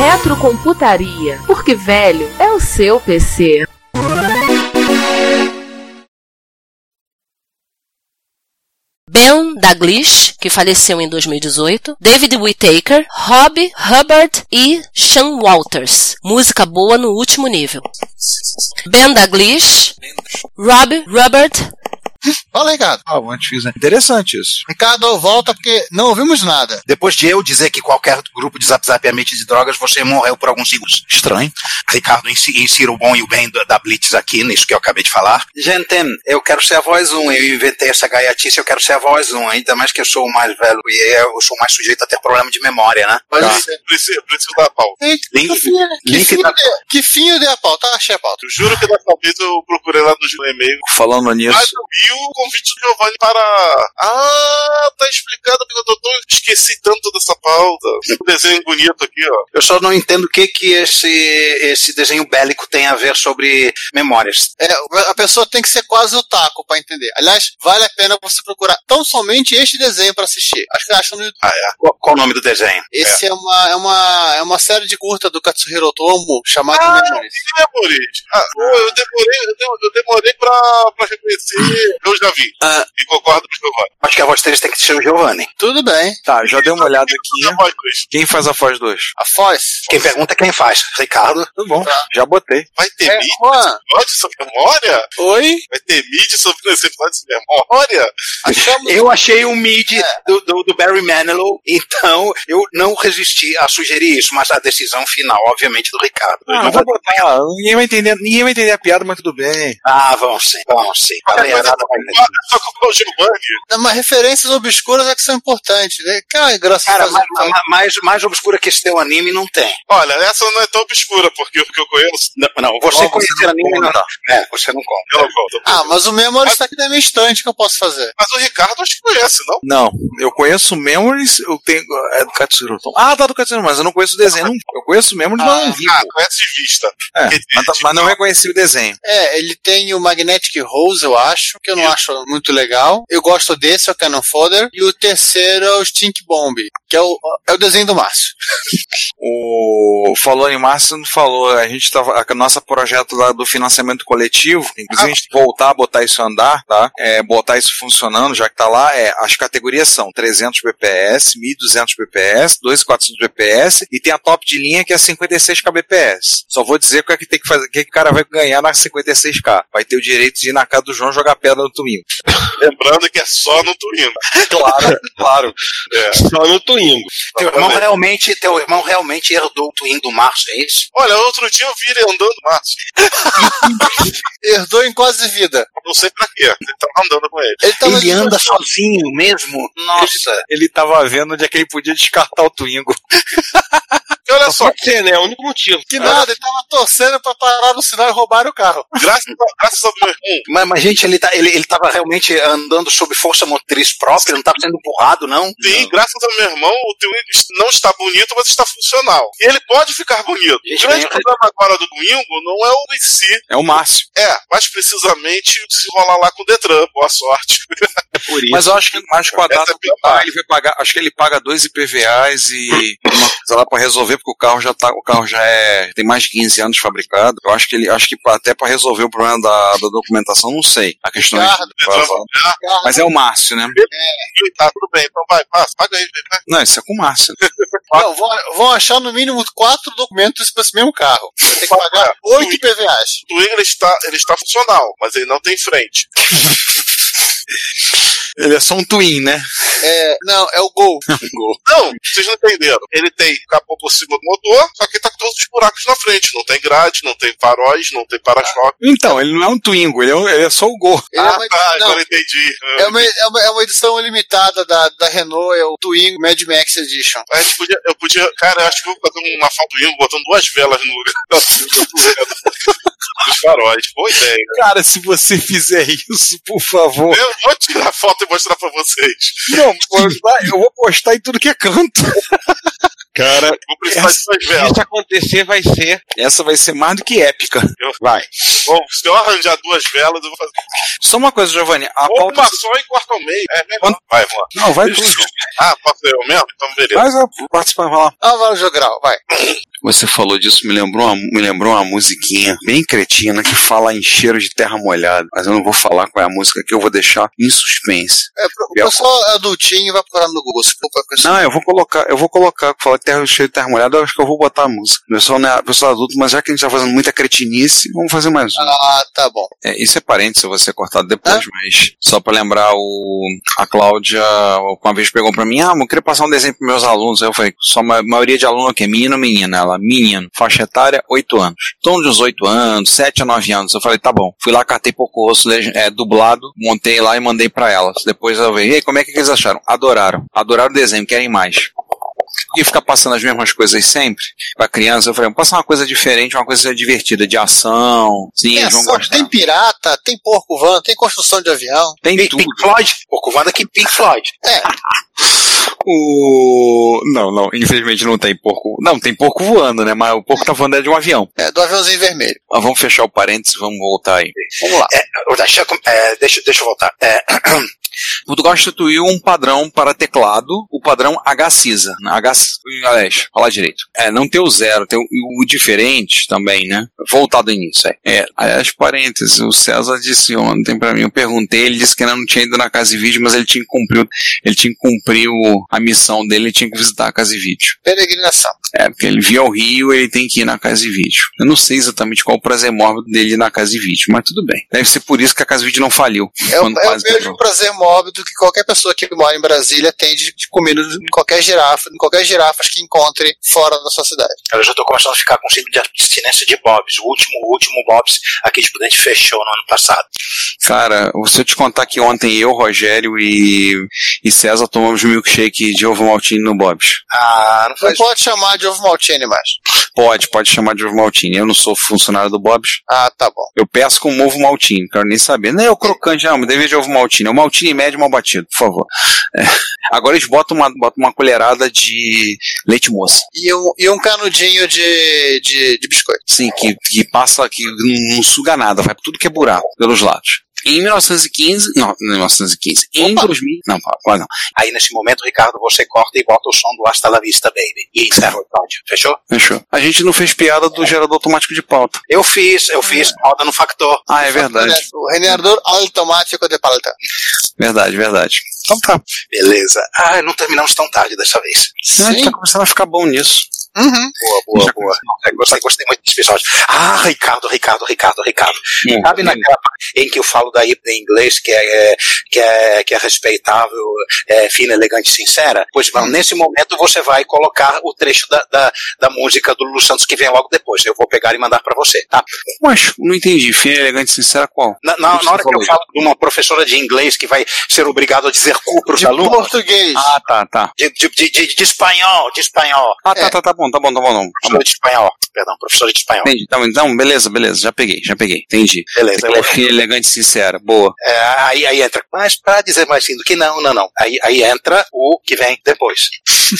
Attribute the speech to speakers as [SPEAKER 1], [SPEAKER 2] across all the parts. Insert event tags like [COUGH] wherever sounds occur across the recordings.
[SPEAKER 1] Retrocomputaria, porque velho é o seu PC.
[SPEAKER 2] Ben Daglish, que faleceu em 2018, David Whittaker, Rob Hubbard e Sean Walters. Música boa no último nível. Ben Daglish, Rob Hubbard,
[SPEAKER 3] Fala, Ricardo.
[SPEAKER 4] Ah, o antes, né? Interessante isso.
[SPEAKER 3] Ricardo, volta porque não ouvimos nada.
[SPEAKER 4] Depois de eu dizer que qualquer grupo de zap zap é mente de drogas, você morreu por alguns segundos. Estranho. Ricardo, insi- insira o bom e o bem da- da Blitz aqui, nisso que eu acabei de falar.
[SPEAKER 5] Gentem, eu quero ser a voz 1. Eu inventei essa gaiatice, eu quero ser a voz 1. Ainda mais que eu sou o mais velho e eu sou mais sujeito a ter problema de memória, né?
[SPEAKER 3] Mas
[SPEAKER 5] Tá.
[SPEAKER 3] você-
[SPEAKER 6] Preciso, preciso dar a pauta.
[SPEAKER 3] Eita,
[SPEAKER 4] Link-
[SPEAKER 3] que fim, né? que,
[SPEAKER 4] link
[SPEAKER 3] fim
[SPEAKER 4] da-
[SPEAKER 3] eu dei- que fim eu dei a pauta? Ah, achei a pauta.
[SPEAKER 6] Eu juro que dessa vez eu procurei lá no e-mail.
[SPEAKER 4] Falando nisso.
[SPEAKER 6] Mas eu vi o convite do Giovanni para. Ah, tá explicado porque eu tô tão... esqueci tanto dessa pauta. Um desenho bonito aqui, ó.
[SPEAKER 5] Eu só não entendo o que que esse, esse desenho bélico tem a ver sobre memórias.
[SPEAKER 3] É, a pessoa tem que ser quase o taco pra entender. Aliás, vale a pena você procurar tão somente este desenho pra assistir. Acho que acham no YouTube.
[SPEAKER 5] Ah, é. Qual, qual o nome do desenho?
[SPEAKER 3] Esse é. uma, é, uma, é uma série de curta do Katsuhiro Otomo chamada
[SPEAKER 6] Ah,
[SPEAKER 3] Memories.
[SPEAKER 6] E Memories? Ah, pô, eu demorei, eu demorei, eu demorei pra, pra reconhecer. Eu já vi.
[SPEAKER 5] Ah.
[SPEAKER 6] E concordo com o Giovanni.
[SPEAKER 5] Acho que a voz deles tem que ser o Giovanni.
[SPEAKER 3] Tudo bem.
[SPEAKER 4] Tá, já dei uma olhada
[SPEAKER 5] É.
[SPEAKER 6] Já voz dois.
[SPEAKER 4] Quem faz a Foz 2?
[SPEAKER 3] A Foz.
[SPEAKER 5] Quem pergunta é quem faz. Ricardo. Tá.
[SPEAKER 4] Tudo bom, já botei.
[SPEAKER 6] Vai ter
[SPEAKER 3] É,
[SPEAKER 6] mídia
[SPEAKER 3] Juan,
[SPEAKER 6] sobre sobre memória?
[SPEAKER 3] Oi?
[SPEAKER 6] Vai ter mídia sobre esse episódio de memória?
[SPEAKER 3] Achamos.
[SPEAKER 5] Eu achei um mid do, do- do Barry Manilow, então eu não resisti a sugerir isso, mas a decisão final, obviamente, do Ricardo.
[SPEAKER 4] Ah, vou botar. Ninguém vai, entender, ninguém vai entender a piada, mas tudo bem.
[SPEAKER 5] Ah, vão sim, vão sim. Falei
[SPEAKER 6] coisa
[SPEAKER 5] nada
[SPEAKER 6] Ah,
[SPEAKER 5] mais.
[SPEAKER 6] Só com o Giovanni.
[SPEAKER 3] Não, mas referências obscuras é que são importantes. Né? Que é engraçado.
[SPEAKER 5] Cara, mais, ma- mais, mais obscura que esse teu anime não tem.
[SPEAKER 6] Olha, essa não é tão obscura, porque o que eu conheço,
[SPEAKER 5] Não, não você
[SPEAKER 4] Bom,
[SPEAKER 5] conhecer
[SPEAKER 4] não
[SPEAKER 5] anime não.
[SPEAKER 4] conta.
[SPEAKER 5] É, você não compra.
[SPEAKER 6] eu não conto.
[SPEAKER 3] Ah, mas o Memories tá aqui na minha estante, o que eu posso fazer?
[SPEAKER 6] Mas o Ricardo acho que conhece, não?
[SPEAKER 4] Não, eu conheço Memories, eu tenho. É do Katsuro. Tom. Ah, tá do Katsuro, mas eu não conheço o desenho. não- eu conheço Memories, mas não vi.
[SPEAKER 6] Ah, conhece de vista.
[SPEAKER 4] É,
[SPEAKER 6] Quer dizer,
[SPEAKER 4] mas, tá- mas não reconheci o desenho.
[SPEAKER 3] É, ele tem o Magnetic Rose, eu acho, que eu
[SPEAKER 6] É.
[SPEAKER 3] não acho muito legal. Eu gosto desse, é o Cannon Fodder. E o terceiro é o Stink Bomb, que é o, é o desenho do Márcio.
[SPEAKER 4] O falou em março, não falou. A gente tava. A nossa projeto lá do financiamento coletivo, inclusive a gente voltar a botar isso a andar, tá? É, botar isso funcionando, já que tá lá, é, as categorias são 300 BPS, 1200 BPS, 2400 BPS e tem a top de linha que é 56 kbps. Só vou dizer o que é que tem que fazer, o que, é que o cara vai ganhar na 56k. Vai ter o direito de ir na casa do João jogar pedra no domingo.
[SPEAKER 6] Lembrando que é só no É. Twino.
[SPEAKER 4] Claro, claro.
[SPEAKER 7] Só no Twingo.
[SPEAKER 5] Teu irmão
[SPEAKER 4] é-
[SPEAKER 5] realmente, teu irmão realmente herdou o Twin do Márcio, é isso?
[SPEAKER 6] Olha, outro dia eu vi ele andando, Márcio.
[SPEAKER 3] Herdou em quase vida.
[SPEAKER 6] Não sei pra quê. Ele tava andando com ele.
[SPEAKER 3] Ele, tava
[SPEAKER 5] Ele anda sozinho mesmo? Nossa.
[SPEAKER 4] Ele tava vendo onde é que ele podia descartar o Twingo.
[SPEAKER 6] E olha só,
[SPEAKER 7] Pode ser, né? É o único motivo.
[SPEAKER 3] Que nada, ele tava torcendo pra parar no sinal e roubar o carro.
[SPEAKER 6] graças, a- graças ao meu irmão,
[SPEAKER 5] Mas, mas, gente, ele, tá, ele, ele tava realmente andando sob força motriz própria, não tava sendo empurrado, não?
[SPEAKER 6] sim, graças ao meu irmão, o Twingo não está bonito, mas está funcional. E ele pode ficar bonito.
[SPEAKER 5] Gente,
[SPEAKER 6] o grande
[SPEAKER 5] eu-
[SPEAKER 6] problema agora do Twingo não é o em si,
[SPEAKER 4] É o Márcio.
[SPEAKER 6] é, mas precisamente se rolar lá com o Detran, boa sorte. [LAUGHS]
[SPEAKER 4] Mas eu acho que mais quadrado
[SPEAKER 6] Essa é a minha
[SPEAKER 4] ah, ele vai pagar, acho que ele paga dois IPVAs e uma coisa lá pra resolver, porque o carro já tá, o carro já é, tem mais de 15 anos fabricado. Eu acho que ele, acho que pra- até pra resolver o problema da, da documentação, não sei. A questão é
[SPEAKER 3] Carro,
[SPEAKER 4] de- mas é o Márcio, né?
[SPEAKER 6] E tá tudo bem, então vai, passa, paga aí, vai.
[SPEAKER 4] Não, isso é com o Márcio.
[SPEAKER 3] Não, vão, vão achar no mínimo quatro documentos pra esse mesmo carro. Vai ter que pagar oito PVAs.
[SPEAKER 6] tá, O Twingo ele está, ele está funcional, mas ele não tem frente.
[SPEAKER 4] Ele é só um twin, né?
[SPEAKER 3] É, não, é o Gol.
[SPEAKER 6] Não, Então, vocês não entenderam. Ele tem capô por cima do motor, só que ele tá com todos os buracos na frente. Não tem grade, não tem faróis, não tem para-choque.
[SPEAKER 4] Então, ele não é um twingo, ele é, um- ele é só o Gol.
[SPEAKER 3] Ele é
[SPEAKER 6] ah,
[SPEAKER 3] uma-
[SPEAKER 6] tá,
[SPEAKER 3] não,
[SPEAKER 6] agora entendi.
[SPEAKER 3] é uma, é, uma, é uma edição limitada da, da Renault, é o Twingo Mad Max Edition.
[SPEAKER 6] A gente podia, eu podia, cara, eu acho que vou fazer uma foto do Ingo botando duas velas no lugar da- no lugar [LAUGHS] dos faróis. Boa ideia.
[SPEAKER 4] Cara, se você fizer isso, por
[SPEAKER 6] [LAUGHS]
[SPEAKER 4] favor.
[SPEAKER 6] Eu vou tirar foto e mostrar pra vocês.
[SPEAKER 4] Não, postar- eu vou postar em tudo que é canto.
[SPEAKER 7] Cara,
[SPEAKER 6] Vou precisar de duas
[SPEAKER 7] se
[SPEAKER 6] velas.
[SPEAKER 7] isso acontecer, vai ser.
[SPEAKER 4] Essa vai ser mais do que épica.
[SPEAKER 7] Vai.
[SPEAKER 6] Bom, se eu arranjar duas velas, eu vou fazer.
[SPEAKER 4] Só uma coisa, Giovanni. A
[SPEAKER 6] Ou
[SPEAKER 4] pauta.
[SPEAKER 6] uma só e corta ao meio. É melhor.
[SPEAKER 4] Quanto-
[SPEAKER 6] Vai, vamos lá.
[SPEAKER 4] Não, vai tudo.
[SPEAKER 6] Ah, posso ser eu mesmo? Então, beleza.
[SPEAKER 4] Faz a participar, vai lá.
[SPEAKER 3] Ah, vai, Jogral, vai.
[SPEAKER 4] Você falou disso, me lembrou, uma, me lembrou uma musiquinha bem cretina que fala em cheiro de terra molhada. Mas eu não vou falar qual é a música que eu vou deixar em suspense.
[SPEAKER 3] É, pro- o pessoal adultinho vai procurar no Google. Se for pra pessoa.
[SPEAKER 4] Não, eu vou colocar, eu vou colocar, falar de terra cheiro de terra molhada, eu acho que eu vou botar a música. Eu sou né, pessoal adulto, mas já que a gente tá fazendo muita cretinice, vamos fazer mais um. uma.
[SPEAKER 3] Ah, tá bom.
[SPEAKER 4] É, isso é parênteses, eu vou ser cortado depois, mas só pra lembrar, o, a Cláudia, uma vez pegou pra mim, ah, eu queria passar um desenho pros meus alunos. Aí eu falei, só ma- maioria de aluno é o quê? Menino ou menina? Ela, menino, faixa etária, 8 anos. Tom de uns 8 anos, 7 a 9 anos. Eu falei, tá bom. Fui lá, catei pouco osso, lege- é, dublado, montei lá e mandei pra elas. Depois eu falei, e aí, como é que eles acharam? Adoraram. Adoraram o desenho, querem mais. Porque ficar passando as mesmas coisas sempre, pra criança, eu falei, passa uma coisa diferente, uma coisa divertida, de ação. Sim,
[SPEAKER 3] Tem
[SPEAKER 4] eles vão
[SPEAKER 3] ação,
[SPEAKER 4] gostar.
[SPEAKER 3] tem pirata, tem porco van, tem construção de avião.
[SPEAKER 4] Tem
[SPEAKER 5] Pink,
[SPEAKER 4] tudo.
[SPEAKER 5] Pink Floyd? Ocuvada que Pink Floyd.
[SPEAKER 4] O... Não, não, infelizmente não tem porco. Não, tem porco voando, né? Mas o porco tá voando é de um avião.
[SPEAKER 3] É, do aviãozinho vermelho.
[SPEAKER 4] Mas vamos fechar o parênteses, vamos voltar aí.
[SPEAKER 3] Vamos lá.
[SPEAKER 5] Eu- Deixa, eu com- é, deixa, deixa eu voltar. É,
[SPEAKER 4] Portugal instituiu um padrão para teclado, o padrão H-CISA. né? H Alex, falar direito. É, não tem o zero, tem o, o diferente também, né? Voltado nisso, é. é. Aliás, parênteses, o César disse ontem pra mim, eu perguntei, ele disse que ainda não tinha ido na casa de vídeo, mas ele tinha cumprido, ele tinha cumprido a missão dele, ele tinha que visitar a casa de vídeo.
[SPEAKER 3] Peregrinação.
[SPEAKER 4] É, porque ele via ao Rio, ele tem que ir na casa de vídeo. Eu não sei exatamente qual o prazer mórbido dele ir na casa de vídeo, mas tudo bem. Deve ser por isso que a casa de vídeo não faliu.
[SPEAKER 3] É o,
[SPEAKER 4] quando
[SPEAKER 3] é o
[SPEAKER 4] quase
[SPEAKER 3] mesmo
[SPEAKER 4] quebrou.
[SPEAKER 3] prazer mórbido que qualquer pessoa que mora em Brasília tem de, de comer no- em qualquer girafa, em qualquer girafas que encontre fora da sua cidade.
[SPEAKER 5] cara, eu já tô começando a ficar com síndrome de abstinência de Bobs. O último, o último Bobs aqui de Prudente fechou no ano passado.
[SPEAKER 4] Cara, se eu te contar que ontem eu, Rogério e, e César tomamos milkshake de ovo maltine no Bob's.
[SPEAKER 5] Ah, não
[SPEAKER 3] Não
[SPEAKER 5] faz.
[SPEAKER 3] pode chamar de ovo maltine mais.
[SPEAKER 4] Pode, pode chamar de ovo maltine. Eu não sou funcionário do Bob's.
[SPEAKER 3] Ah, tá bom.
[SPEAKER 4] Eu peço com ovo maltine, quero nem saber. Não é o crocante, não, me deve de ovo maltine. É o maltine médio mal batido, por favor. É. Agora eles botam uma, botam uma colherada de leite moça.
[SPEAKER 3] E um, e um canudinho de, de, de biscoito.
[SPEAKER 4] Sim, que, que passa, que não, não suga nada, vai pra tudo que é buraco, pelos lados. Em 1915, não, não é 1915, em 2000, não, quase não.
[SPEAKER 5] Aí nesse momento, Ricardo, você corta e bota o som do Hasta la Vista, baby. E encerra o áudio. Fechou?
[SPEAKER 4] Fechou. A gente não fez piada do gerador automático de pauta.
[SPEAKER 5] Eu fiz, eu fiz. Roda no factor.
[SPEAKER 4] Ah, é verdade,
[SPEAKER 3] O rendeador automático de paleta.
[SPEAKER 4] verdade, verdade. Então tá,
[SPEAKER 5] Beleza. Ah, não terminamos tão tarde dessa vez.
[SPEAKER 4] a gente tá começando a ficar bom nisso.
[SPEAKER 3] Uhum.
[SPEAKER 5] Boa, boa, boa. Eu Gostei, gostei muito desse episódio. Ah, Ricardo, Ricardo, Ricardo, Ricardo.
[SPEAKER 4] Hum,
[SPEAKER 5] Sabe na capa em que eu falo da hipno em inglês, que é, é, que é, que é respeitável, é, fina, elegante e sincera? Pois bom, nesse momento você vai colocar o trecho da, da, da música do Lulu Santos que vem logo depois. Eu vou pegar e mandar pra você, tá?
[SPEAKER 4] Mas não entendi, fina, elegante, sincera, qual?
[SPEAKER 5] Na, na-
[SPEAKER 4] Deixa
[SPEAKER 5] na hora
[SPEAKER 4] eu
[SPEAKER 5] que eu
[SPEAKER 4] falar.
[SPEAKER 5] falo de uma professora de inglês que vai ser obrigada a dizer cu para os
[SPEAKER 3] De
[SPEAKER 5] alunos,
[SPEAKER 3] português.
[SPEAKER 4] Ah, tá, tá.
[SPEAKER 5] de, de, de, de, de espanhol, de espanhol,
[SPEAKER 4] Ah, tá, tá, tá bom, tá bom, tá bom, tá bom. Tá bom.
[SPEAKER 5] professora de espanhol, perdão, professora de espanhol.
[SPEAKER 4] Entendi. Então, então, beleza, beleza, já peguei, já peguei, entendi.
[SPEAKER 5] Beleza,
[SPEAKER 4] Ela é fina, elegante, sincera, boa.
[SPEAKER 5] É, aí, aí entra, mas para dizer mais lindo que não, não, não. Aí, aí entra o que vem depois.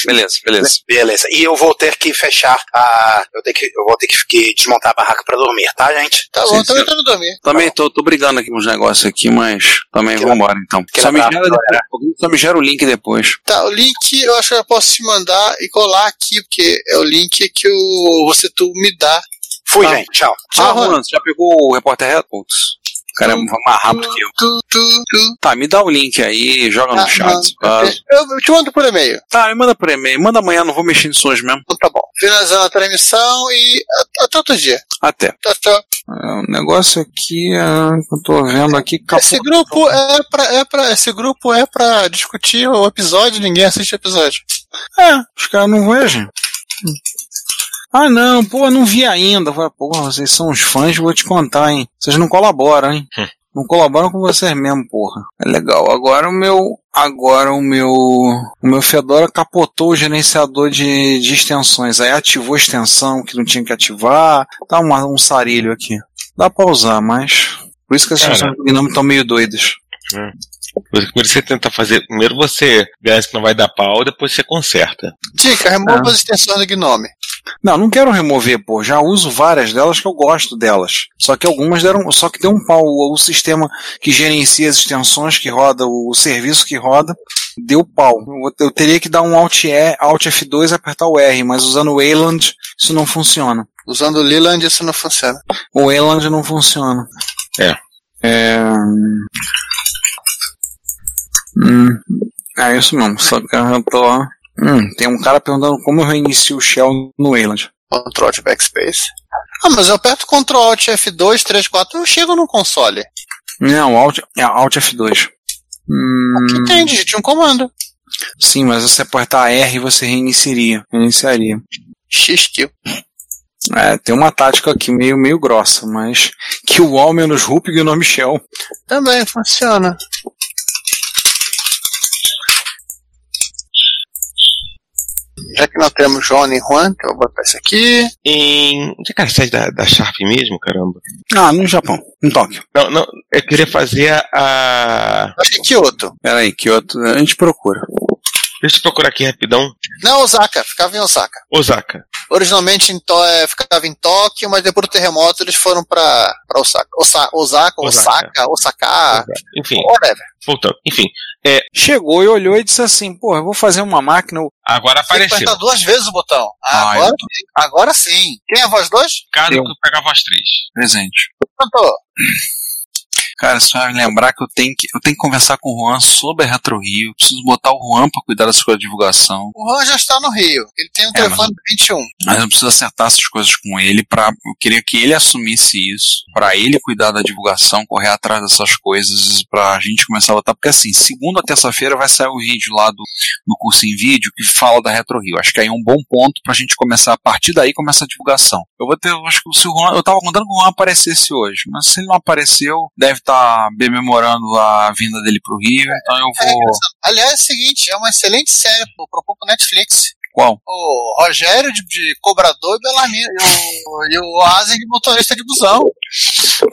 [SPEAKER 4] Beleza, beleza.
[SPEAKER 5] Beleza. E eu vou ter que fechar a. Eu, tenho que, eu vou ter que, que desmontar a barraca pra dormir, tá, gente?
[SPEAKER 3] Tá
[SPEAKER 4] sim,
[SPEAKER 3] bom, tô
[SPEAKER 4] sim.
[SPEAKER 3] tentando dormir.
[SPEAKER 4] Também tô, tô brigando aqui com uns negócios aqui, mas também
[SPEAKER 5] Aquele
[SPEAKER 4] vambora então.
[SPEAKER 5] aquele
[SPEAKER 4] Só me,
[SPEAKER 5] abraço,
[SPEAKER 4] gera depois, só me gera o link depois.
[SPEAKER 3] Tá, o link eu acho que eu posso te mandar e colar aqui, porque é o link que o você tu me dá.
[SPEAKER 5] Fui,
[SPEAKER 4] Tá.
[SPEAKER 5] gente. Tchau.
[SPEAKER 4] Ah,
[SPEAKER 3] Tchau,
[SPEAKER 4] Juan, você já pegou o repórter reto? Putz, o cara é mais rápido que eu.
[SPEAKER 3] Tu, tu, tu.
[SPEAKER 4] Tá, me dá o link aí, joga
[SPEAKER 3] Ah,
[SPEAKER 4] no chat.
[SPEAKER 3] Eu, eu te mando por e-mail.
[SPEAKER 4] Tá, me manda por e-mail. Manda amanhã, não vou mexer nisso hoje mesmo.
[SPEAKER 3] Então tá bom. Finalizando a transmissão e a- até outro dia. Tá,
[SPEAKER 4] Até.
[SPEAKER 3] Tchau, tchau.
[SPEAKER 4] É, um negócio aqui ah, que eu tô vendo aqui. Capu...
[SPEAKER 3] Esse grupo é pra, é pra, esse grupo é pra discutir o episódio, ninguém assiste o episódio.
[SPEAKER 4] É, os caras não vejam. Hum. Ah, não, pô, não vi ainda. Falei, Pô, vocês são uns fãs, vou te contar, hein. Vocês não colaboram, hein. Não colaboram com vocês mesmo, porra. É legal. Agora o meu. Agora o meu. O meu Fedora capotou o gerenciador de, de extensões. Aí ativou a extensão que não tinha que ativar. Tá uma- um sarilho aqui. Dá pra usar, mas. Por isso que as
[SPEAKER 7] Cara.
[SPEAKER 4] extensões do Gnome estão meio doidas.
[SPEAKER 7] Por isso que você tenta fazer. Primeiro você garante que não vai dar pau, depois você conserta.
[SPEAKER 3] Dica, é remova
[SPEAKER 4] Ah.
[SPEAKER 3] as extensões do Gnome.
[SPEAKER 4] Não, não quero remover, pô. Já uso várias delas que eu gosto delas. Só que algumas deram. Só que deu um pau. O, o sistema que gerencia as extensões que roda, o, serviço que roda, deu pau. Eu, eu teria que dar um Alt, e, Alt F2 e apertar o R, mas usando o Wayland isso não funciona.
[SPEAKER 3] Usando o Leland isso não funciona.
[SPEAKER 4] O Wayland não funciona.
[SPEAKER 7] É.
[SPEAKER 4] É. Hum, é isso mesmo. Só que eu tô. Hum, tem um cara perguntando como eu reinicio o Shell no Wayland.
[SPEAKER 3] Ctrl Alt Backspace. Ah, mas eu aperto Ctrl Alt F2, 3, 4, não chego no console.
[SPEAKER 4] Não, Alt, é Alt F2. Hum,
[SPEAKER 3] Tem, digite um comando.
[SPEAKER 4] sim, mas se você apertar R, você reiniciaria. Reiniciaria.
[SPEAKER 3] X-Kill.
[SPEAKER 4] É, tem uma tática aqui meio, meio grossa, mas. Que o Wall menos Rup e o nome Shell.
[SPEAKER 3] Também funciona. Já que não temos Johnny e Juan, então eu vou botar isso aqui.
[SPEAKER 7] Em. Onde é que é a sede da, da Sharp mesmo, caramba?
[SPEAKER 4] Ah, no Japão, em Tóquio.
[SPEAKER 7] Não, não, eu queria fazer a. a-
[SPEAKER 3] Acho que Kyoto.
[SPEAKER 4] Peraí, que outro. A gente procura.
[SPEAKER 7] Deixa eu procurar aqui rapidão.
[SPEAKER 3] Não, Osaka, ficava em Osaka.
[SPEAKER 7] Osaka.
[SPEAKER 3] Originalmente em To- eh, ficava em Tóquio, mas depois do terremoto eles foram pra, pra Osaka. Osa Osaka, Osaka,
[SPEAKER 7] Osaka. Ah.
[SPEAKER 3] Osaka,
[SPEAKER 7] Enfim,
[SPEAKER 3] whatever.
[SPEAKER 7] voltando. Enfim,
[SPEAKER 4] Chegou e olhou e disse assim: Porra, eu vou fazer uma máquina.
[SPEAKER 7] agora
[SPEAKER 3] Tem que
[SPEAKER 7] apareceu.
[SPEAKER 3] apertar duas vezes o botão.
[SPEAKER 4] Ah,
[SPEAKER 3] Agora, agora sim. Quem é a voz 2?
[SPEAKER 7] Caso
[SPEAKER 4] Eu.
[SPEAKER 7] tu pegava as três.
[SPEAKER 4] Presente.
[SPEAKER 3] Cantor.
[SPEAKER 4] Cara, você vai me lembrar que eu tenho que, eu tenho que conversar com o Juan sobre a Retro Rio. Eu Preciso botar o Juan pra cuidar dessa coisa de divulgação.
[SPEAKER 3] O Juan já está no Rio. Ele tem um
[SPEAKER 4] É,
[SPEAKER 3] telefone 21.
[SPEAKER 4] mas eu preciso acertar essas coisas com ele para eu queria que ele assumisse isso, para ele cuidar da divulgação, correr atrás dessas coisas, para a gente começar a botar, porque assim, segunda a terça-feira vai sair o vídeo lá do, do curso em vídeo que fala da Retro Rio. Acho que aí é um bom ponto pra gente começar a partir daí começa a divulgação. Eu vou ter, eu acho que se o Juan, eu tava contando que o Juan aparecesse hoje, mas se ele não apareceu, deve estar memorando a vinda dele pro Rio, então eu
[SPEAKER 3] É,
[SPEAKER 4] vou
[SPEAKER 3] engraçado. Aliás, é o seguinte, é uma excelente série, pô, propõe pro Netflix.
[SPEAKER 4] qual?
[SPEAKER 3] O Rogério de, de Cobrador e Belarmino. E o, e o Asen de motorista de busão.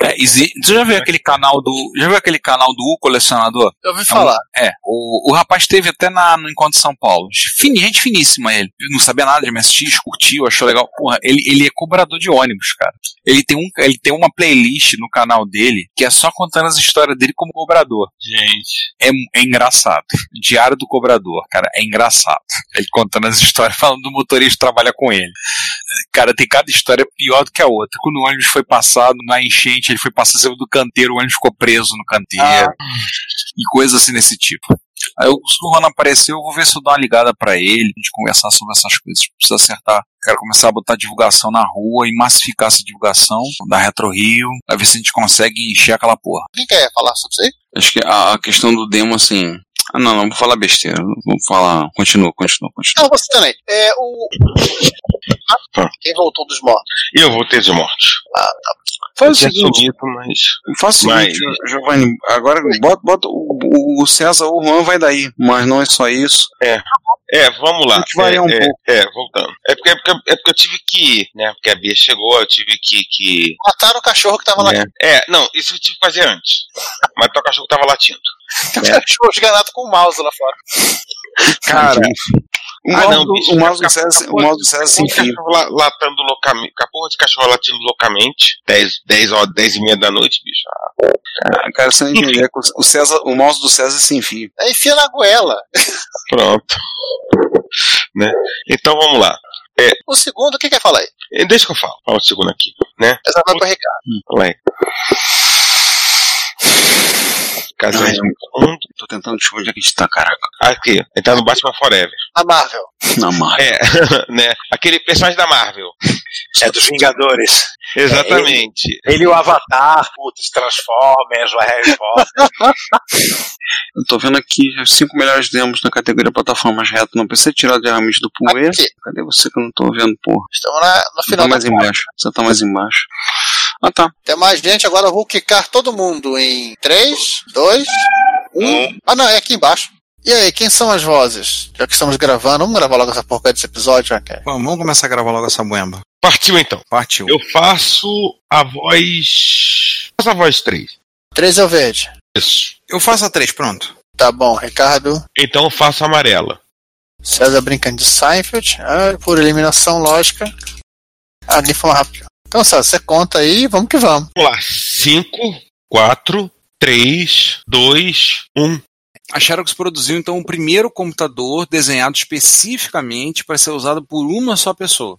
[SPEAKER 4] É, exi- você já viu aquele canal do, já viu aquele canal do U colecionador?
[SPEAKER 3] Eu ouvi falar.
[SPEAKER 4] É, o, o rapaz teve até na, no Encontro de São Paulo. Fini, gente finíssima ele. Não sabia nada de MSX, curtiu, achou legal. Porra, ele, ele é cobrador de ônibus, cara. Ele tem, um, ele tem uma playlist no canal dele que é só contando as histórias dele como cobrador.
[SPEAKER 7] Gente.
[SPEAKER 4] É, mu- é engraçado. Diário do cobrador, cara, é engraçado. Ele contando as histórias, falando do motorista que trabalha com ele. Cara, tem cada história é pior do que a outra. Quando o ônibus foi passado na enchente, ele foi passar em cima do canteiro, o ônibus ficou preso no canteiro
[SPEAKER 3] Ah.
[SPEAKER 4] e coisas assim desse tipo. Aí o- se o Ron apareceu, eu vou ver se eu dou uma ligada pra ele, a gente conversar sobre essas coisas. Preciso acertar. Quero começar a botar divulgação na rua e massificar essa divulgação da Retro Rio, pra ver se a gente consegue encher aquela porra.
[SPEAKER 3] Quem quer falar sobre isso aí?
[SPEAKER 4] Acho que a, a questão do demo, assim. Ah, não, não vou falar besteira. Vou falar. Continua, continua,
[SPEAKER 3] Não,
[SPEAKER 4] continua.
[SPEAKER 3] você também. É, o... Ah, quem voltou dos mortos?
[SPEAKER 7] E eu voltei de morte.
[SPEAKER 4] Faz
[SPEAKER 7] Ah, tá. Tinha sumido, mas.
[SPEAKER 4] Faça o seguinte, Giovanni. Agora, bota, bota o, o César ou o Juan vai daí. Mas não é só isso.
[SPEAKER 7] É, vamos lá.
[SPEAKER 4] Tem que variar
[SPEAKER 7] é,
[SPEAKER 4] um
[SPEAKER 7] é,
[SPEAKER 4] pouco.
[SPEAKER 7] É, voltando. É porque, é, porque, é porque eu tive que. Né, porque a Bia chegou, eu tive que. que
[SPEAKER 3] Mataram o cachorro que tava lá. [LAUGHS]
[SPEAKER 7] né. É, não, isso eu tive que fazer antes. Mas o cachorro tava latindo.
[SPEAKER 3] Cachorro esganado com o mouse lá fora.
[SPEAKER 4] Cara. O
[SPEAKER 7] Ah,
[SPEAKER 4] mouse,
[SPEAKER 7] não,
[SPEAKER 4] do-
[SPEAKER 7] bicho,
[SPEAKER 4] o mouse do
[SPEAKER 7] fica-
[SPEAKER 4] César,
[SPEAKER 7] fica-
[SPEAKER 4] o mouse do César é sem
[SPEAKER 7] Com o [LAUGHS]
[SPEAKER 4] fio.
[SPEAKER 7] cachorro la- latando loucamente. Com a porra de cachorro latindo loucamente. 10, 10 horas, 10 e meia da noite, bicho.
[SPEAKER 4] Ah, Cara, você não entendeu. O, César, o mouse do César é sem fio.
[SPEAKER 3] Aí enfia na goela.
[SPEAKER 7] Pronto. né? Então vamos lá.
[SPEAKER 3] O segundo, quem quer falar aí?
[SPEAKER 7] Eh, Deixa que eu falo. Fala um segundo aqui. Né?
[SPEAKER 3] Essa vai pro Ricardo.
[SPEAKER 7] Vamos lá. Cara,
[SPEAKER 3] Não.
[SPEAKER 7] eu não- tô tentando descobrir onde é que a gente tá,
[SPEAKER 8] [LAUGHS]
[SPEAKER 7] caraca. Aqui, ele tá no Batman Forever. [LAUGHS]
[SPEAKER 3] A Marvel.
[SPEAKER 7] Na Marvel. É, né? Aquele personagem da Marvel.
[SPEAKER 5] É dos Vingadores.
[SPEAKER 7] Exatamente.
[SPEAKER 5] Ele e o Avatar, putz, Transformers, o Harry Potter.
[SPEAKER 8] Eu tô vendo aqui os cinco melhores demos na categoria plataformas reto. Não precisa tirar diariamente do pool E.
[SPEAKER 3] Aqui.
[SPEAKER 8] Cadê você que eu não tô vendo, porra?
[SPEAKER 3] Estamos na, no
[SPEAKER 8] Você tá
[SPEAKER 3] final da
[SPEAKER 8] mais embaixo. Você tá mais embaixo. Ah tá.
[SPEAKER 3] Tem mais gente, agora eu vou quicar todo mundo em 3, 2, 1. Ah, não, é aqui embaixo. E aí, quem são as vozes? Já que estamos gravando, vamos gravar logo essa porcaria desse episódio, já que é.
[SPEAKER 4] Vamos, vamos começar a gravar logo essa boemba.
[SPEAKER 7] Partiu então.
[SPEAKER 4] Partiu.
[SPEAKER 7] Eu faço a voz. Faço a voz 3.
[SPEAKER 3] 3 é o verde.
[SPEAKER 7] Isso.
[SPEAKER 4] Eu faço a três, pronto.
[SPEAKER 3] Tá bom, Ricardo.
[SPEAKER 7] Então eu faço a amarela.
[SPEAKER 3] César brincando de Seinfeld. Ah, por eliminação lógica. Ah, ninguém falou rápido. Então, César, você conta aí, vamos que vamos.
[SPEAKER 7] Vamos lá. 5, 4, 3, 2, 1.
[SPEAKER 9] A Xerox produziu então o primeiro computador desenhado especificamente para ser usado por uma só pessoa,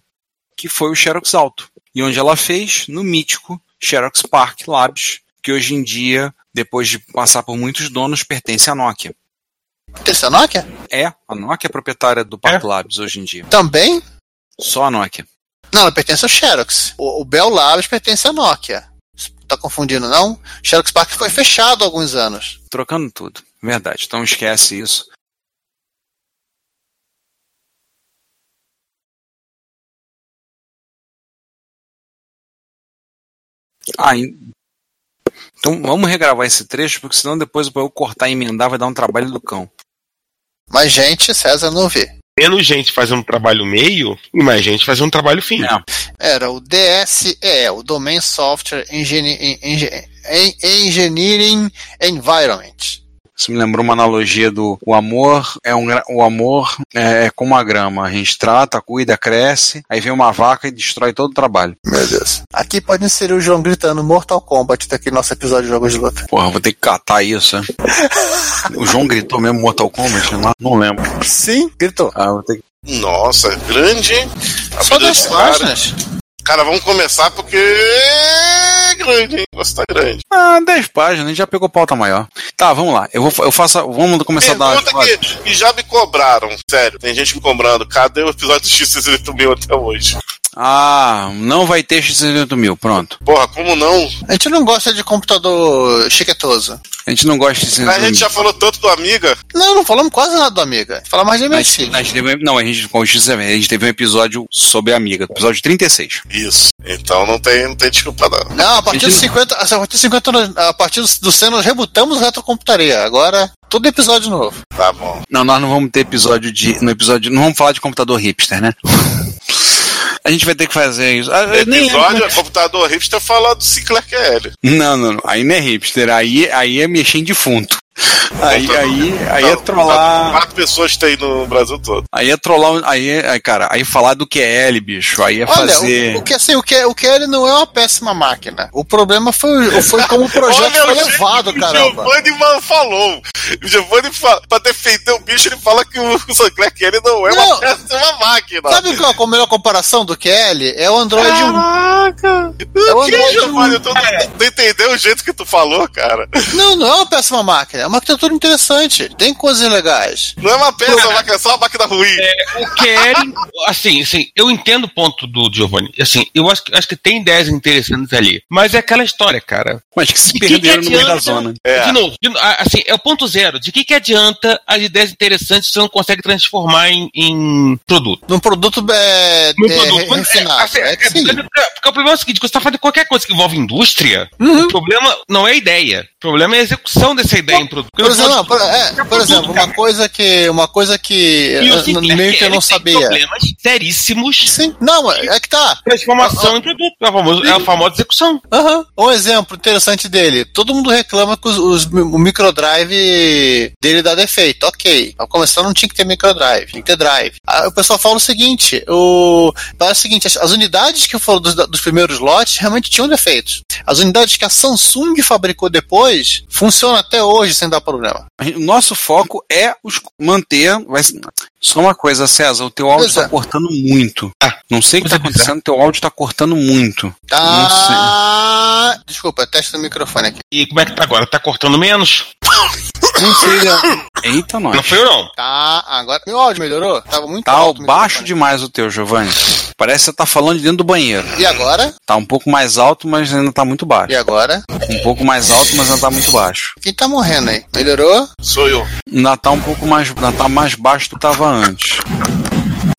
[SPEAKER 9] que foi o Xerox Alto, e onde ela fez no mítico Xerox Park Labs, que hoje em dia, depois de passar por muitos donos, pertence à Nokia.
[SPEAKER 3] Tem seu Nokia?
[SPEAKER 9] É, a Nokia é proprietária do Park Labs hoje em dia.
[SPEAKER 3] Também?
[SPEAKER 9] Só a Nokia.
[SPEAKER 3] Não, ela pertence ao Xerox. O, o Bell Labs pertence à Nokia. Tá confundindo, não? Xerox Park foi fechado há alguns anos.
[SPEAKER 9] Trocando tudo. Verdade. Então esquece isso. Ah, en- então vamos regravar esse trecho, porque senão depois pra eu cortar e emendar vai dar um trabalho do cão.
[SPEAKER 3] Mas, gente, César não vê.
[SPEAKER 7] Menos gente fazendo um trabalho meio e mais gente fazendo um trabalho fim.
[SPEAKER 9] É.
[SPEAKER 3] Era o DSE, o Domain Software Engine- en- en- en- Engineering Environment.
[SPEAKER 9] Isso me lembrou uma analogia do o amor é um gra- o amor é como a grama, a gente trata, cuida, cresce, aí vem uma vaca e destrói todo o trabalho.
[SPEAKER 3] Meu Deus. Aqui pode inserir o João gritando Mortal Kombat daquele nosso episódio de jogos de luta.
[SPEAKER 9] Porra, vou ter que catar isso, né? O João gritou mesmo Mortal Kombat, né?
[SPEAKER 8] Não lembro.
[SPEAKER 3] Sim, gritou.
[SPEAKER 9] Ah, vou ter que...
[SPEAKER 6] Nossa, grande, hein? A
[SPEAKER 3] Só
[SPEAKER 6] vida
[SPEAKER 3] das
[SPEAKER 6] desse cara.
[SPEAKER 3] páginas.
[SPEAKER 6] Cara, vamos começar porque é grande, hein? O negócio tá grande.
[SPEAKER 9] Ah, 10 páginas, a gente já pegou pauta maior. Tá, vamos lá. Eu, vou, eu faço. a- Vamos começar a
[SPEAKER 6] Pergunta
[SPEAKER 9] dar.
[SPEAKER 6] que, que já me cobraram, sério. Tem gente me cobrando. Cadê o episódio do X68 mil até hoje?
[SPEAKER 9] Ah, não vai ter X68000, pronto.
[SPEAKER 6] Porra, como não?
[SPEAKER 3] A gente não gosta de computador chiquetoso.
[SPEAKER 9] A gente não gosta de
[SPEAKER 6] A gente
[SPEAKER 9] 68000.
[SPEAKER 6] já falou tanto do Amiga.
[SPEAKER 3] Não, não falamos quase nada do Amiga. Fala mais de MSI.
[SPEAKER 9] A gente teve, um, não, a gente, com o X, a gente teve um episódio sobre a Amiga, episódio 36.
[SPEAKER 6] Isso. Então não tem, não tem desculpa, não.
[SPEAKER 3] Não, a partir
[SPEAKER 9] A gente
[SPEAKER 3] dos 50, a partir dos 50, nós- a partir dos- do 100 nós rebutamos retrocomputaria. Agora, todo episódio novo.
[SPEAKER 6] Tá bom.
[SPEAKER 9] Não, nós não vamos ter episódio de. No episódio. Não vamos falar de computador hipster, [LAUGHS] né? A gente vai ter que fazer isso. Ah, eu nem lembro
[SPEAKER 6] Episódio, é computador hipster falar do Sinclair QL.
[SPEAKER 9] Não, não, não. Aí não é hipster. Aí, aí é mexer em defunto. Aí,
[SPEAKER 6] Voltando.
[SPEAKER 9] aí, aí é
[SPEAKER 6] Não,
[SPEAKER 9] trollar.
[SPEAKER 6] Tá Quatro pessoas tem no Brasil todo.
[SPEAKER 9] Aí é trollar. Aí, é- aí, cara, aí falar do QL, bicho. Aí é
[SPEAKER 3] Olha,
[SPEAKER 9] fazer.
[SPEAKER 3] o, o que assim, o que, o que ele não é uma péssima máquina. O problema foi, o- foi como o projeto
[SPEAKER 6] [LAUGHS] Olha,
[SPEAKER 3] foi
[SPEAKER 6] o jeito
[SPEAKER 3] levado,
[SPEAKER 6] O
[SPEAKER 3] caramba.
[SPEAKER 6] Giovanni mal falou. O Giovanni, fa- pra defender o bicho, ele fala que o [LAUGHS] Sinclair QL não é
[SPEAKER 3] Não.
[SPEAKER 6] uma péssima máquina.
[SPEAKER 3] Sabe qual é a melhor comparação do QL? É o Android 1. É o
[SPEAKER 6] O que,
[SPEAKER 3] Android
[SPEAKER 6] Giovanni? Eu tô tentando entender o jeito que tu falou, cara.
[SPEAKER 3] 1. Não, não é uma péssima máquina. É uma arquitetura interessante. Tem coisas legais.
[SPEAKER 6] Não é uma peça, é uma máquina, é só uma máquina ruim.
[SPEAKER 7] É, O Kelly, assim, assim, eu entendo o ponto do Giovanni. Assim, eu acho que, acho que tem ideias interessantes ali. Mas é aquela história, cara.
[SPEAKER 9] Mas que se
[SPEAKER 7] De que que
[SPEAKER 9] perderam no meio da
[SPEAKER 7] adianta?
[SPEAKER 9] zona.
[SPEAKER 6] É.
[SPEAKER 7] De novo, de no- a- assim, é o ponto zero. De que, que adianta as ideias interessantes se você não consegue transformar em, em produto?
[SPEAKER 3] Num produto é,
[SPEAKER 7] No
[SPEAKER 3] é,
[SPEAKER 7] produto.
[SPEAKER 3] re-
[SPEAKER 7] Quando-
[SPEAKER 3] refinado.
[SPEAKER 7] é, assim,
[SPEAKER 3] É
[SPEAKER 7] é,
[SPEAKER 3] que sim.
[SPEAKER 7] porque, porque o problema é o seguinte: quando você está fazendo qualquer coisa que envolve indústria,
[SPEAKER 3] Uhum.
[SPEAKER 7] o problema não é a ideia. O problema é a execução dessa ideia em produto.
[SPEAKER 3] Por exemplo, não, por, é, por exemplo, uma coisa que. Uma coisa que.
[SPEAKER 7] E o
[SPEAKER 3] eh,
[SPEAKER 7] Sinclair
[SPEAKER 3] meio que eu
[SPEAKER 7] Kelly
[SPEAKER 3] não
[SPEAKER 7] é, tem
[SPEAKER 3] sabia.
[SPEAKER 7] problemas seríssimos
[SPEAKER 3] Sim. Não, é que tá.
[SPEAKER 7] transformação em produto. É a, famosa, é a famosa execução.
[SPEAKER 3] Aham. Um exemplo interessante dele. Todo mundo reclama que os- os- o microdrive dele dá defeito. Ok. Ao começar não tinha que ter microdrive, tinha que ter drive. Ah, o pessoal fala o seguinte: o, fala o seguinte as, as unidades que foram dos, da- dos primeiros lotes realmente tinham defeitos. As unidades que a Samsung fabricou depois funcionam até hoje sem dar problema.
[SPEAKER 9] A gente- O nosso foco é os manter. Vai, ser- só uma coisa, César, o teu áudio
[SPEAKER 3] Pois é.
[SPEAKER 9] está cortando muito. Não sei o que está acontecendo, teu áudio está cortando [COUGHS] muito.
[SPEAKER 3] Ah, Tá? desculpa, teste do microfone aqui.
[SPEAKER 7] E como é que tá agora? Tá cortando menos? Ah,
[SPEAKER 3] Não sei, né?
[SPEAKER 9] Eita, nós.
[SPEAKER 7] Não fui eu, não.
[SPEAKER 3] Tá, agora. Meu áudio melhorou? Tava muito
[SPEAKER 9] Tá
[SPEAKER 3] alto.
[SPEAKER 9] baixo demais o teu, Giovanni. Parece que você tá falando de dentro do banheiro.
[SPEAKER 3] E agora?
[SPEAKER 9] Tá um pouco mais alto, mas ainda tá muito baixo.
[SPEAKER 3] E agora?
[SPEAKER 9] Um pouco mais alto, mas ainda tá muito baixo.
[SPEAKER 3] Quem tá morrendo aí? Melhorou?
[SPEAKER 6] Sou eu.
[SPEAKER 9] Ainda tá um pouco mais. Ainda tá mais baixo do que tava antes.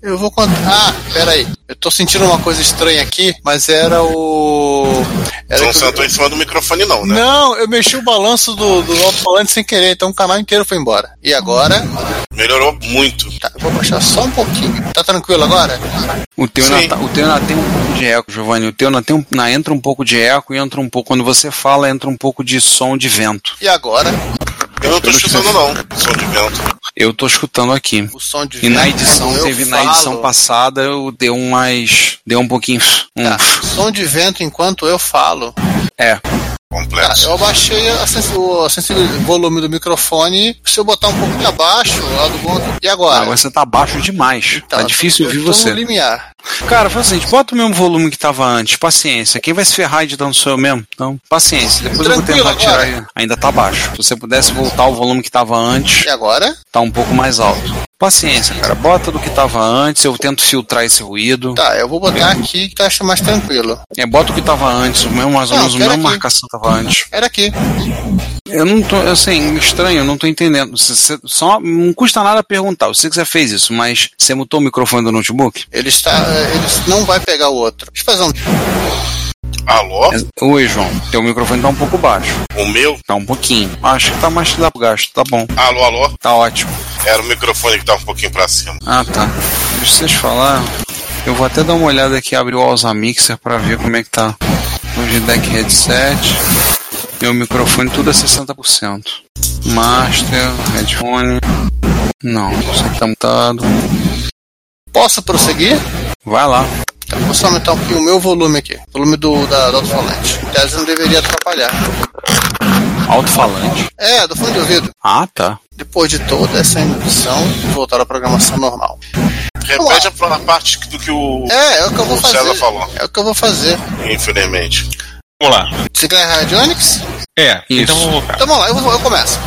[SPEAKER 3] Eu vou contar. Ah, pera aí. Eu tô sentindo uma coisa estranha aqui, mas era o.
[SPEAKER 6] Você
[SPEAKER 3] Era
[SPEAKER 6] não
[SPEAKER 3] que eu-
[SPEAKER 6] sentou É um em cima do microfone, não, né?
[SPEAKER 3] Não, eu mexi o balanço do, do alto-falante sem querer, então o canal inteiro foi embora. E agora?
[SPEAKER 6] Melhorou muito.
[SPEAKER 3] Tá, eu vou baixar só um pouquinho. Tá tranquilo agora?
[SPEAKER 9] O teu,
[SPEAKER 6] Sim.
[SPEAKER 9] ainda, tá- o teu ainda tem um pouco de eco, Giovanni. O teu ainda, tem um, ainda entra um pouco de eco e entra um pouco. Quando você fala, entra um pouco de som de vento.
[SPEAKER 3] E agora?
[SPEAKER 6] Eu não tô escutando, não. Som de vento.
[SPEAKER 9] Eu tô escutando aqui.
[SPEAKER 3] O som de
[SPEAKER 9] E na
[SPEAKER 3] vento,
[SPEAKER 9] edição,
[SPEAKER 3] eu
[SPEAKER 9] teve na
[SPEAKER 3] falo.
[SPEAKER 9] edição passada, eu dei um mais. Deu um pouquinho. Um,
[SPEAKER 3] Tá, som de vento enquanto eu falo.
[SPEAKER 9] É.
[SPEAKER 3] Tá,
[SPEAKER 6] Complexo.
[SPEAKER 3] eu abaixei a sensi- o a sensi- o volume do microfone. Se eu botar um pouquinho abaixo, lá do ponto. E agora?
[SPEAKER 9] Ah, agora você tá baixo demais.
[SPEAKER 3] Tá,
[SPEAKER 9] Tá, difícil
[SPEAKER 3] eu
[SPEAKER 9] ouvir
[SPEAKER 3] tô
[SPEAKER 9] você.
[SPEAKER 3] No limiar.
[SPEAKER 9] Cara, faz o seguinte, bota o mesmo volume que tava antes, paciência. Quem vai se ferrar editando sou eu mesmo. Então, paciência. Depois eu
[SPEAKER 3] Tranquilo
[SPEAKER 9] vou tentar tirar.
[SPEAKER 3] agora.
[SPEAKER 9] aí. Ainda tá baixo. Se você pudesse voltar o volume que tava antes,
[SPEAKER 3] E agora?
[SPEAKER 9] tá um pouco mais alto. Paciência, cara. Bota do que tava antes, eu tento filtrar esse ruído.
[SPEAKER 3] Tá, eu vou botar aqui que eu acho mais tranquilo.
[SPEAKER 9] É, bota o que tava antes, o mesmo, mais ou
[SPEAKER 3] Não,
[SPEAKER 9] menos o
[SPEAKER 3] pera
[SPEAKER 9] mesmo
[SPEAKER 3] aqui.
[SPEAKER 9] marcação que tava antes.
[SPEAKER 3] Era aqui.
[SPEAKER 9] Eu não tô, assim, estranho, eu não tô entendendo. Você- você- só, não custa nada perguntar. Eu sei que você fez isso, mas você mutou o microfone do notebook?
[SPEAKER 3] Ele está. eh, Ele não vai pegar o outro. Deixa eu fazer um.
[SPEAKER 6] Alô?
[SPEAKER 9] Oi, João. Teu microfone tá um pouco baixo.
[SPEAKER 6] O meu?
[SPEAKER 9] Tá um pouquinho. Acho que tá mais que dá pro gasto. Tá bom.
[SPEAKER 6] Alô, alô?
[SPEAKER 9] Tá ótimo.
[SPEAKER 6] Era o microfone que tava um pouquinho pra cima.
[SPEAKER 9] Ah, tá. Deixa vocês falar. Eu vou até dar uma olhada aqui, abrir o Alza Mixer pra ver como é que tá o G-Deck Headset. Meu microfone tudo é 60%. Master, headphone. Não, isso aqui tá mutado.
[SPEAKER 3] Posso prosseguir?
[SPEAKER 9] Vai lá.
[SPEAKER 3] Tá, vou só aumentar um pouquinho o meu volume aqui. Volume do, da, do alto-falante. Em tese não deveria atrapalhar.
[SPEAKER 9] Alto-falante.
[SPEAKER 3] É, do fone de ouvido.
[SPEAKER 9] Ah, tá.
[SPEAKER 3] Depois de toda essa indução, voltar à programação normal.
[SPEAKER 6] Repete a pra- parte do que o.
[SPEAKER 3] É, é o que eu vou
[SPEAKER 6] O César
[SPEAKER 3] fazer.
[SPEAKER 6] falou.
[SPEAKER 3] É o que eu vou fazer.
[SPEAKER 6] Infelizmente.
[SPEAKER 7] Vamos lá.
[SPEAKER 3] Siga a Radionics?
[SPEAKER 7] É,
[SPEAKER 9] Isso.
[SPEAKER 7] então vamos voltar.
[SPEAKER 3] Então vamos lá, eu, vou- eu começo.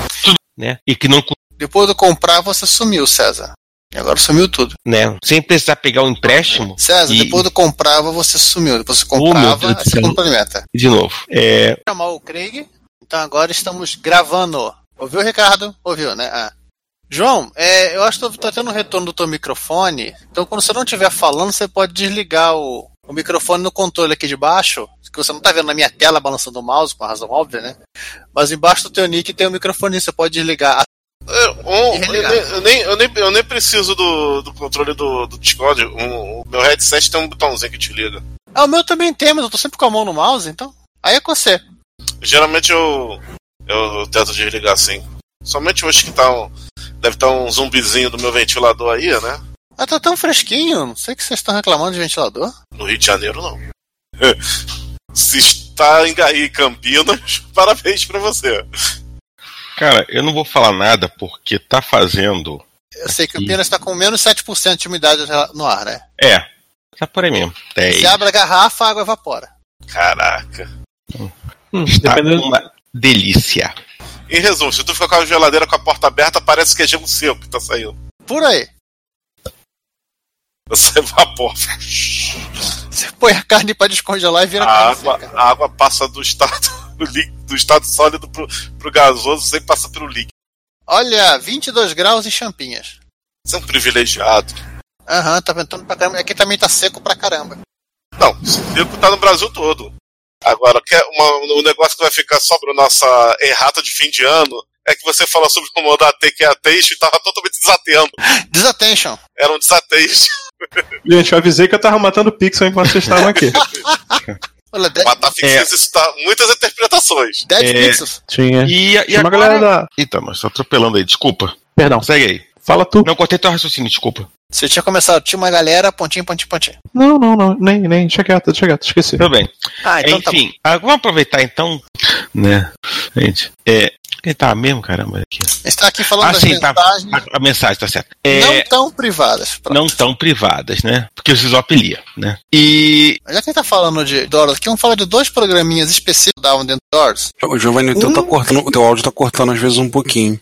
[SPEAKER 7] Né? E que não. cu-
[SPEAKER 3] Depois de eu comprar, você sumiu, César. E agora sumiu tudo.
[SPEAKER 7] Né? Sem precisar pegar o empréstimo.
[SPEAKER 3] César,
[SPEAKER 7] E-
[SPEAKER 3] depois do comprava, você sumiu. Depois você
[SPEAKER 7] meu
[SPEAKER 3] comprava,
[SPEAKER 7] Deus do
[SPEAKER 3] aí você
[SPEAKER 7] céu.
[SPEAKER 3] complementa.
[SPEAKER 7] De novo. É.
[SPEAKER 3] Chamar o Craig. Então agora estamos gravando. Ouviu, Ricardo? Ouviu, né? Ah. João, é, eu acho que tá tendo um retorno do teu microfone. Então quando você não estiver falando, você pode desligar o, o microfone no controle aqui de baixo. Que você não tá vendo na minha tela balançando o mouse, com razão óbvia, né? Mas embaixo do teu nick tem o microfone, você pode desligar.
[SPEAKER 6] É, um- eu,
[SPEAKER 3] Desligado.
[SPEAKER 6] nem, eu, nem, eu, nem, eu nem preciso do, do controle do, do Discord. Um- o meu headset tem um botãozinho que te liga.
[SPEAKER 3] Ah, o meu também tem, mas eu tô sempre com a mão no mouse, então. Aí é com você.
[SPEAKER 6] Geralmente eu, eu, eu tento desligar assim. Somente hoje que tá um. Deve estar um zumbizinho do meu ventilador aí, né?
[SPEAKER 3] Ah, tá tão fresquinho. Não sei o que vocês estão reclamando de ventilador.
[SPEAKER 6] No Rio de Janeiro, não. [LAUGHS] Se está em Garri Campinas, [LAUGHS] parabéns pra você.
[SPEAKER 7] Cara, eu não vou falar nada porque tá fazendo.
[SPEAKER 3] Eu sei que o Pina está com menos 7% de umidade no ar, né?
[SPEAKER 7] É. Tá por aí mesmo. Tem.
[SPEAKER 3] Se abre a garrafa, a água evapora.
[SPEAKER 6] Caraca.
[SPEAKER 7] Hum, Está
[SPEAKER 10] Dependendo-
[SPEAKER 7] uma delícia.
[SPEAKER 6] Em resumo, se tu ficar com a geladeira com a porta aberta, parece que é gelo seco que tá saindo.
[SPEAKER 3] Por aí. [LAUGHS]
[SPEAKER 6] Você [LAUGHS] evapora.
[SPEAKER 3] Você põe a carne pra descongelar e vira
[SPEAKER 6] A
[SPEAKER 3] carne
[SPEAKER 6] água,
[SPEAKER 3] seca.
[SPEAKER 6] a água passa do estado, [LAUGHS] do lí- do estado sólido pro, pro gasoso, sempre passa pelo líquido.
[SPEAKER 3] Olha, 22 graus e champinhas.
[SPEAKER 6] Você é um privilegiado.
[SPEAKER 3] Aham, tá ventando pra caramba. Aqui também tá seco pra caramba.
[SPEAKER 6] Não, seco tá no Brasil todo. Agora, quer uma- um negócio que vai ficar só pra nossa errata de fim de ano é que você falou sobre como da T que é ateixe e tava totalmente desatento.
[SPEAKER 3] Desattention.
[SPEAKER 6] Era um desateixe.
[SPEAKER 10] Gente, eu avisei que eu tava matando pixel enquanto vocês estavam aqui.
[SPEAKER 3] Olha, 10,
[SPEAKER 6] Matar ficções, isso tá muitas interpretações.
[SPEAKER 3] 10
[SPEAKER 7] É.
[SPEAKER 3] pixels.
[SPEAKER 10] Tinha.
[SPEAKER 7] E, e
[SPEAKER 10] Tinha uma galera
[SPEAKER 7] agora.
[SPEAKER 10] da.
[SPEAKER 7] Eita, mas tô atropelando aí, desculpa.
[SPEAKER 10] Perdão.
[SPEAKER 7] Segue aí.
[SPEAKER 10] Fala tu.
[SPEAKER 7] Não cortei teu raciocínio, desculpa.
[SPEAKER 3] Você tinha começado, tinha uma galera, pontinho, pontinho, pontinho.
[SPEAKER 10] Não, não, não. Nem, nem. Deixa quieto, deixa quieto. Esqueci.
[SPEAKER 7] Tudo bem.
[SPEAKER 3] Ah, então tá bom.
[SPEAKER 7] Enfim, ah, vamos aproveitar então, né, gente? É, Quem tá mesmo, caramba? Aqui.
[SPEAKER 3] Está aqui falando das
[SPEAKER 7] sim, tá,
[SPEAKER 3] mensagens
[SPEAKER 7] a, a mensagem tá certa.
[SPEAKER 3] não
[SPEAKER 7] É,
[SPEAKER 3] tão privadas.
[SPEAKER 7] não tão privadas, né? Porque o SISO apelia, né? E.
[SPEAKER 3] Já que a gente tá falando de Doors, aqui vamos falar de dois programinhas específicos da Down Dentro do Doors.
[SPEAKER 9] O Giovanni, o teu, tá cortando, o teu áudio tá cortando às vezes um pouquinho.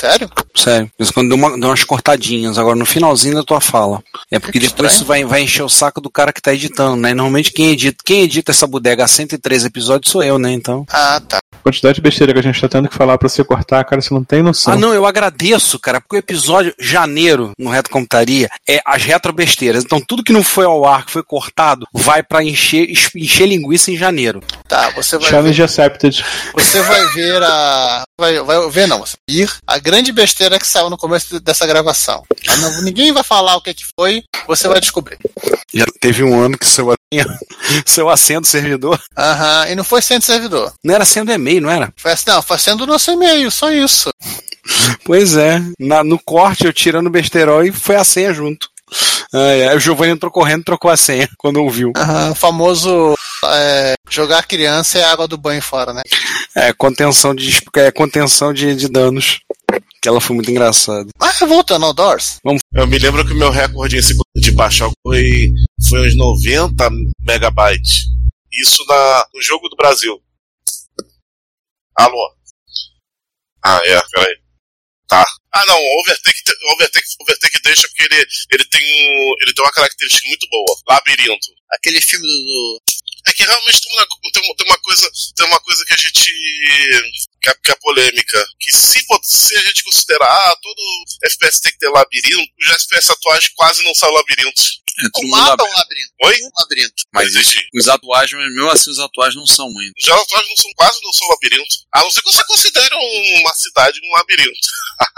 [SPEAKER 3] Sério?
[SPEAKER 9] Sério. De vez em quando deu, uma- deu umas cortadinhas, agora no finalzinho da tua fala. É porque depois isso vai, vai encher o saco do cara que tá editando, né? Normalmente quem edita, quem edita essa bodega há 103 episódios sou eu, né? Então.
[SPEAKER 3] Ah, tá.
[SPEAKER 10] A quantidade de besteira que a gente tá tendo que falar pra você cortar, cara, você não tem noção.
[SPEAKER 9] Ah, não, eu agradeço, cara, porque o episódio janeiro no Reto Computaria é as retrobesteiras. Então tudo que não foi ao ar, que foi cortado, vai pra encher, es- encher linguiça em janeiro.
[SPEAKER 3] Tá, você vai
[SPEAKER 10] Challenge accepted.
[SPEAKER 3] Você vai ver a. Vai, vai ver, não. Você vai ir a grande besteira que saiu no começo de- dessa gravação. Ah, não, ninguém vai falar o que, que foi, você vai descobrir.
[SPEAKER 9] Já teve um ano que seu, [LAUGHS] seu acendo servidor.
[SPEAKER 3] Aham, e não foi sendo servidor.
[SPEAKER 9] Não era sendo e-mail, não era?
[SPEAKER 3] Foi assim, não, foi sendo o nosso e-mail, só isso.
[SPEAKER 9] Pois é. Na- no corte, eu tirando o besterol e foi a senha junto. Ai, ai, o Giovanni entrou correndo e trocou a senha quando ouviu.
[SPEAKER 3] Aham, o famoso é, jogar a criança e a água do banho fora, né?
[SPEAKER 9] É, contenção de, desp- é, contenção de, de danos. Que ela foi muito engraçada.
[SPEAKER 3] Mas voltando ao Doors.
[SPEAKER 9] Vamos.
[SPEAKER 6] Eu me lembro que o meu recorde em segundo de baixar foi, foi uns 90 megabytes. Isso na, no jogo do Brasil. Alô? Ah, é, peraí. Tá. Ah, não, o Overtake, te- o Overtake, o Overtake deixa porque ele, ele, tem um, ele tem uma característica muito boa. Labirinto.
[SPEAKER 3] Aquele filme do.
[SPEAKER 6] É que realmente tem uma, tem uma- tem uma coisa, tem uma coisa que a gente. Que é, que é polêmica. Que se, vo- se a gente considerar, ah, todo FPS tem que ter labirinto, os FPS atuais quase não são labirintos.
[SPEAKER 8] É, todo mundo
[SPEAKER 3] Mata um
[SPEAKER 8] lab-
[SPEAKER 3] labirinto.
[SPEAKER 6] Oi?
[SPEAKER 3] Um labirinto.
[SPEAKER 8] Mas os atuais, mas mesmo assim os atuais não são ainda.
[SPEAKER 6] Os atuais não são, quase não são labirinto. A não ser que você considere um- uma cidade um labirinto.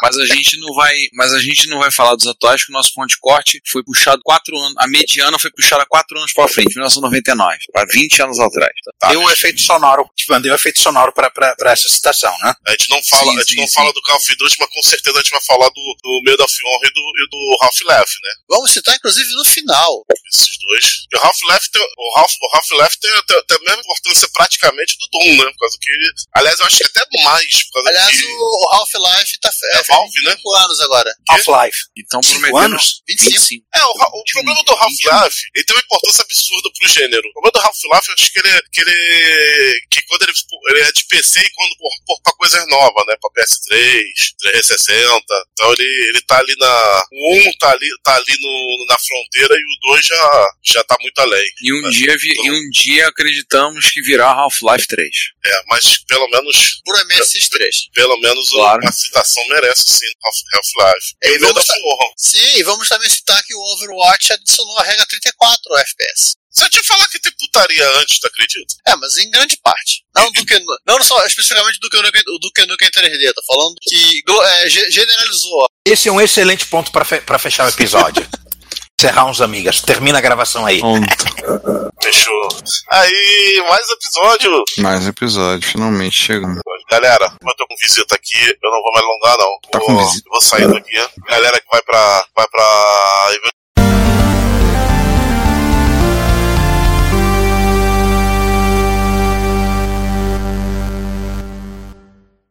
[SPEAKER 8] Mas a gente não vai, mas a gente não vai falar dos atuais, que o nosso ponto de corte foi puxado quatro anos, a mediana foi puxada quatro anos para frente, 1999, para 20 anos atrás.
[SPEAKER 5] Deu um efeito sonoro, tipo, deu um efeito sonoro pra, pra, pra essa citação, né?
[SPEAKER 6] A gente não fala,
[SPEAKER 5] Sim,
[SPEAKER 6] a gente
[SPEAKER 5] sim,
[SPEAKER 6] não
[SPEAKER 5] sim.
[SPEAKER 6] fala do Call of Duty, mas com certeza a gente vai falar do, do Medal of Honor e do, e do Half-Life, né?
[SPEAKER 3] Vamos citar, inclusive, no final.
[SPEAKER 6] esses dois. E o Ralph Left, o Ralph, o Ralph Left tem, tem- tem a mesma importância praticamente do Doom, né? Por causa que ele, aliás, eu acho que até mais, por causa
[SPEAKER 3] Aliás,
[SPEAKER 6] que
[SPEAKER 3] o o Half-Life tá é,
[SPEAKER 6] Valve, né?
[SPEAKER 3] 25 anos agora.
[SPEAKER 5] Half-Life.
[SPEAKER 8] Então,
[SPEAKER 5] Cinco
[SPEAKER 9] um.
[SPEAKER 8] prometendo
[SPEAKER 5] anos?
[SPEAKER 3] 25.
[SPEAKER 6] É, o, Ra- o problema do Half-Life, ele tem uma importância absurda pro gênero. O problema do Half-Life, eu acho que ele, é- que ele, que quando ele, ele é de PC e quando por, por, pra coisas novas, né? Pra PS3, 360. Então ele, ele tá ali na, o 1 tá ali, tá ali no, na fronteira e o 2 já, já tá muito além.
[SPEAKER 8] E um,
[SPEAKER 6] Mas-
[SPEAKER 8] dia, vi- e um dia acreditamos que virá Half-Life 3.
[SPEAKER 6] É, mas pelo menos.
[SPEAKER 3] Por MSX3.
[SPEAKER 6] Pelo menos o-
[SPEAKER 8] Claro.
[SPEAKER 6] a citação merece, sim, Half- Half-Life.
[SPEAKER 3] É,
[SPEAKER 6] E o
[SPEAKER 3] vamos
[SPEAKER 6] Medal of
[SPEAKER 3] tá-
[SPEAKER 6] Honor.
[SPEAKER 3] Sim, e vamos também citar que o Overwatch adicionou a regra 34 ao FPS.
[SPEAKER 6] Se eu te falar que tem putaria antes, tu acredita?
[SPEAKER 3] É, mas em grande parte. Não do que não só especificamente do que Nukem, do que Nukem 3D, tô falando que glo- é, ge- generalizou.
[SPEAKER 5] Esse é um excelente ponto pra, fe- pra fechar o [LAUGHS] episódio. Encerrar uns amigas. Termina a gravação aí.
[SPEAKER 6] Fechou. Aí, mais episódio.
[SPEAKER 8] Mais episódio, finalmente chegando.
[SPEAKER 6] Galera, como eu tô com visita aqui, eu não vou me alongar, não.
[SPEAKER 8] Tá
[SPEAKER 6] vou,
[SPEAKER 8] com visita.
[SPEAKER 6] vou sair daqui. Galera que vai pra, vai pra evento